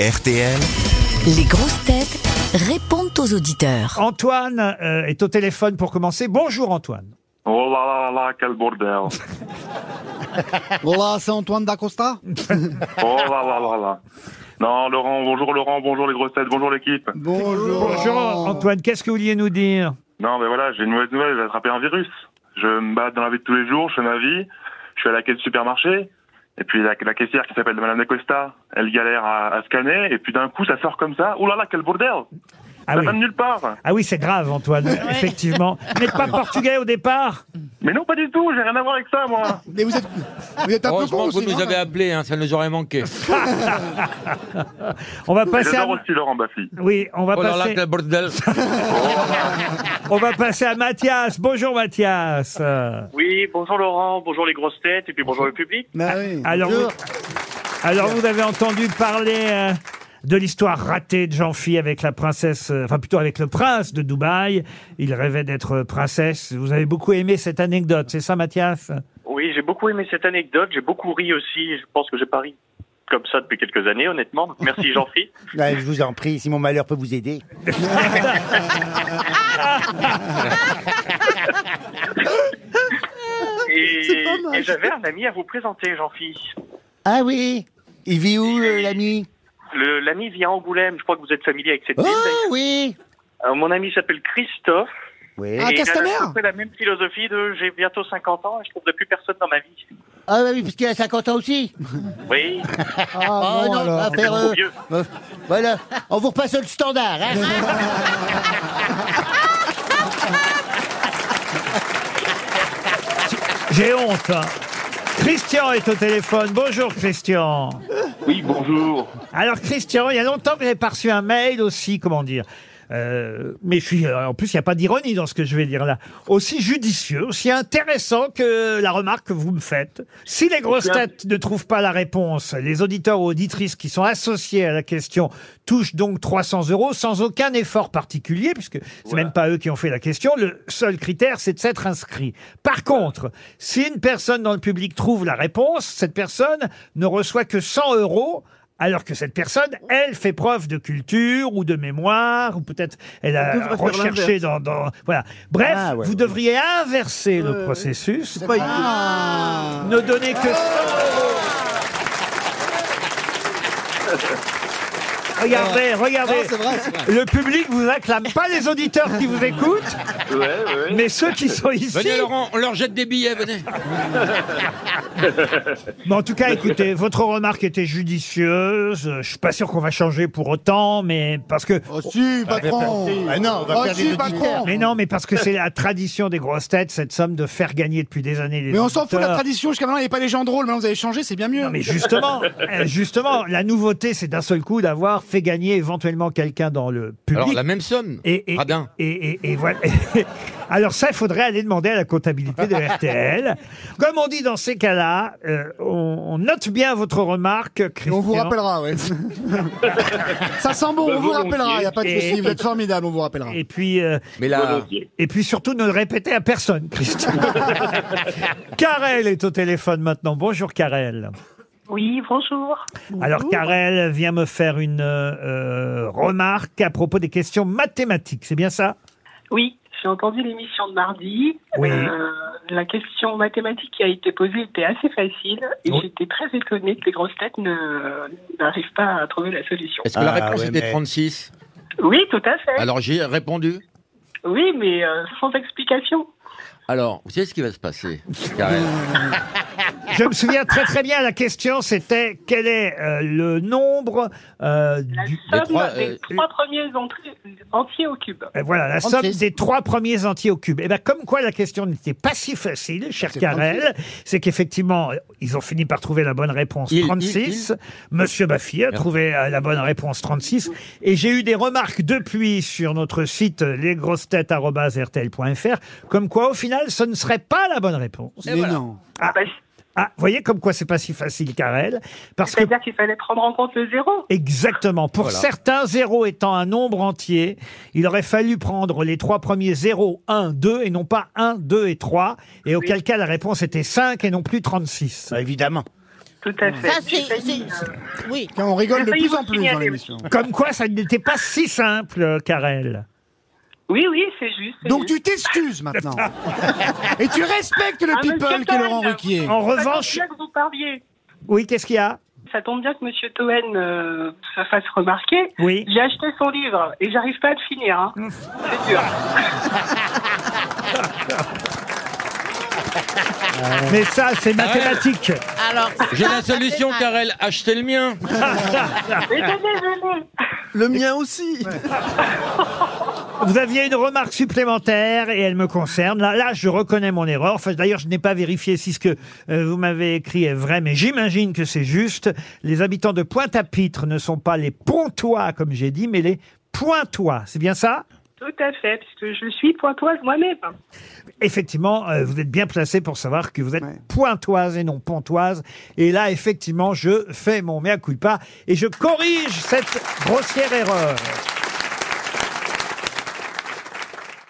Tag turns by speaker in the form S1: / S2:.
S1: RTL.
S2: Les grosses têtes répondent aux auditeurs.
S3: Antoine euh, est au téléphone pour commencer. Bonjour Antoine.
S4: Oh là là là, quel bordel.
S5: Hola, c'est Antoine Dacosta
S4: Oh là là là là. Non, Laurent, bonjour Laurent, bonjour les grosses têtes, bonjour l'équipe.
S5: Bonjour.
S3: Bonjour Antoine, qu'est-ce que vous vouliez nous dire
S4: Non, mais voilà, j'ai une mauvaise nouvelle, j'ai attrapé un virus. Je me bats dans la vie de tous les jours, je fais ma vie, je suis à la caisse du supermarché, et puis la, la caissière qui s'appelle Madame Dacosta, elle galère à, à scanner, et puis d'un coup, ça sort comme ça. Oh là là, quel bordel
S3: Ah
S4: Ça
S3: oui,
S4: va de nulle part
S3: ah oui c'est grave Antoine, effectivement. Vous n'êtes pas portugais au départ
S4: Mais non, pas du tout, j'ai rien à voir avec ça, moi
S5: Mais vous êtes, vous êtes un peu con
S6: Heureusement Oh, que vous
S5: aussi,
S6: nous
S5: non
S6: avez appelés, hein, ça nous aurait manqué.
S3: On va passer à...
S4: J'adore aussi Laurent Baffy.
S3: Oui, on va,
S6: Oh là là,
S3: passer...
S6: quel bordel
S3: on va passer à Mathias. Bonjour Mathias. Euh,
S7: Oui, bonjour Laurent, bonjour les grosses têtes et puis bonjour le public.
S5: Bah oui.
S3: Ah, Alors, vous,
S5: Bonjour.
S3: alors vous avez entendu parler euh, de l'histoire ratée de jean phi avec la princesse, euh, enfin plutôt avec le prince de Dubaï. Il rêvait d'être princesse. Vous avez beaucoup aimé cette anecdote, c'est ça Mathias
S7: Oui, j'ai beaucoup aimé cette anecdote, j'ai beaucoup ri aussi, je pense que j'ai pas ri comme ça depuis quelques années honnêtement. Donc, Merci Jean-Philippe.
S8: Ouais, je vous en prie, si mon malheur peut vous aider.
S7: Et, et j'avais un ami à vous présenter Jean-Philippe.
S8: Ah oui Il vit où, euh, l'ami
S7: Le- L'ami vit à Angoulême, je crois que vous êtes familier avec cette
S8: Oh
S7: ville. d'ailleurs.
S8: oui
S7: Euh, mon ami s'appelle Christophe.
S8: Oui.
S5: Ah,
S7: et il a
S5: Castaner
S7: à peu près la même philosophie de j'ai bientôt 50 ans et je trouverai plus personne dans ma vie.
S8: Ah oui, parce qu'il a 50 ans aussi
S7: Oui,
S8: Ah non, on va faire...
S7: trop
S8: euh,
S7: vieux.
S8: euh, voilà, on vous repasse le standard, hein
S3: J'ai honte. hein. Christian est au téléphone. Bonjour Christian.
S9: Oui, bonjour.
S3: Alors Christian, il y a longtemps que j'avais pas reçu un mail aussi, comment dire. euh, mais je suis, euh, en plus, il n'y a pas d'ironie dans ce que je vais dire là. Aussi judicieux, aussi intéressant que la remarque que vous me faites. Si les grosses têtes ne trouvent pas la réponse, les auditeurs ou auditrices qui sont associés à la question touchent donc 300 euros sans aucun effort particulier, puisque c'est même pas eux qui ont fait la question. Le seul critère, c'est de s'être inscrit. Par contre, si une personne dans le public trouve la réponse, cette personne ne reçoit que 100 euros alors que cette personne, elle, fait preuve de culture ou de mémoire, ou peut-être elle
S5: devrait
S3: a
S5: faire
S3: recherché dans, dans- Voilà. Bref,
S8: Ah, ouais,
S3: vous
S8: ouais.
S3: devriez inverser
S5: Euh,
S3: le processus.
S5: Ah.
S3: Ne donner que 100 euros. Regardez, regardez.
S5: Non, Ah, c'est vrai, c'est vrai.
S3: Le public vous acclame pas les auditeurs qui vous écoutent,
S9: Ouais, ouais.
S3: mais ceux qui sont ici.
S6: Venez Laurent, on leur jette des billets, venez.
S3: Mais en tout cas, écoutez, votre remarque était judicieuse. Je suis pas sûr qu'on va changer pour autant, mais parce que
S5: Oh si, patron
S8: Ah non, on va
S5: Oh
S8: faire des
S5: si,
S8: auditeurs.
S5: patron
S3: Mais non, mais parce que c'est la tradition des grosses têtes, cette somme de faire gagner depuis des années les
S5: Mais on s'en fout de la
S3: auditeurs.
S5: tradition, jusqu'à maintenant, il n'y avait pas les gens drôles, maintenant vous avez changé, c'est bien mieux.
S3: Non, mais justement, euh, justement, la nouveauté, c'est d'un seul coup d'avoir fait gagner éventuellement quelqu'un dans le public.
S6: Alors la Ah, même somme,
S3: et, et,
S6: radin.
S3: et, et- et voilà. Alors ça, il faudrait aller demander à la comptabilité de RTL. Comme on dit dans ces cas-là, euh, on, on note bien votre remarque,
S5: Et
S3: Christian.
S5: on vous rappellera, ouais. Ça sent bon, on vous rappellera, il n'y a pas de
S3: Et-
S5: souci, vous êtes formidable, on vous rappellera.
S3: Et puis, euh,
S6: Mais là,
S3: et puis surtout, ne le répétez à personne, Christian. Karel est au téléphone maintenant. Bonjour, Karel.
S10: Oui, bonjour.
S3: Alors, Karel vient me faire une euh, remarque à propos des questions mathématiques, c'est bien ça
S10: Oui, j'ai entendu l'émission de mardi.
S3: Oui.
S10: Euh, la question mathématique qui a été posée était assez facile et
S3: Oui.
S10: j'étais très étonnée que les grosses têtes ne- n'arrivent pas à trouver la solution.
S6: est-ce que la
S8: Ah,
S6: réponse
S8: ouais,
S6: était
S8: mais-
S6: 36
S10: Oui, tout à fait.
S6: Alors j'ai répondu.
S10: Oui, mais euh, sans explication.
S6: Alors, vous savez ce qui va se passer, Karel
S3: Je me souviens très très bien, la question c'était quel est euh, le nombre euh,
S10: La
S3: du...
S10: somme
S6: trois,
S10: des
S6: euh,
S10: trois premiers entrées- euh, entiers au cube.
S3: euh, Voilà, la somme
S8: 36.
S3: des trois premiers entiers au cube. Et bien, comme quoi la question n'était pas si facile, cher
S5: C'est
S3: Carrel, c'est qu'effectivement, ils ont fini par trouver la bonne réponse
S6: Il, il,
S3: 36. Monsieur Baffy a trouvé euh, la bonne réponse 36. Et j'ai eu des remarques depuis sur notre site euh, lesgrossetêtes.rtl.fr, comme quoi au final, ce ne serait pas la bonne réponse.
S5: Mais non.
S3: Ah,
S10: Bah,
S3: ah, voyez comme quoi c'est pas si facile, Carrel, parce que
S10: C'est-à-dire qu'il fallait prendre en compte le zéro.
S3: Exactement. Pour
S6: Voilà.
S3: certains, zéro étant un nombre entier, il aurait fallu prendre les trois premiers 0, 1, 2 et non pas 1, 2 et 3. Et auquel cas, la réponse était 5 et non plus 36.
S8: Bah, Évidemment.
S10: tout à fait.
S1: Ça, c'est.
S10: J'ai failli,
S1: c'est-
S10: euh,
S1: Oui.
S5: Tiens, on rigole de
S10: J'ai failli
S5: plus en
S10: vous
S5: plus dans
S10: signaler.
S5: l'émission.
S3: Comme quoi, ça n'était pas si simple, euh, Carrel.
S10: Oui, oui, c'est juste. c'est
S5: Donc
S10: juste.
S5: tu t'excuses maintenant. Et tu respectes le
S10: Ah, monsieur
S5: people qu'est Laurent
S10: Toll.
S5: Ruquier.
S3: En
S10: Ça tombe
S3: revanche,
S10: bien que vous parliez.
S3: oui, qu'est-ce qu'il y a
S10: Ça tombe bien que Monsieur Toen euh, se fasse remarquer.
S3: Oui.
S10: J'ai acheté son livre et j'arrive pas à le finir. hein. C'est dur.
S3: Mais ça, c'est mathématique.
S1: Alors,
S6: J'ai la solution, Karel. Achetez le mien.
S10: Mais tenez, venez.
S5: Le mien aussi.
S3: Vous aviez une remarque supplémentaire et elle me concerne. Là, là je reconnais mon erreur. Enfin, d'ailleurs, je n'ai pas vérifié si ce que euh, vous m'avez écrit est vrai, mais j'imagine que c'est juste. Les habitants de Pointe-à-Pitre ne sont pas les Pontois, comme j'ai dit, mais les Pointois. C'est bien ça
S10: Tout à fait, puisque je suis pointoise moi-même.
S3: Effectivement, euh, vous êtes bien placé pour savoir que vous êtes
S5: Ouais.
S3: pointoise et non pontoise. Et là, effectivement, je fais mon mea culpa et je corrige cette grossière erreur.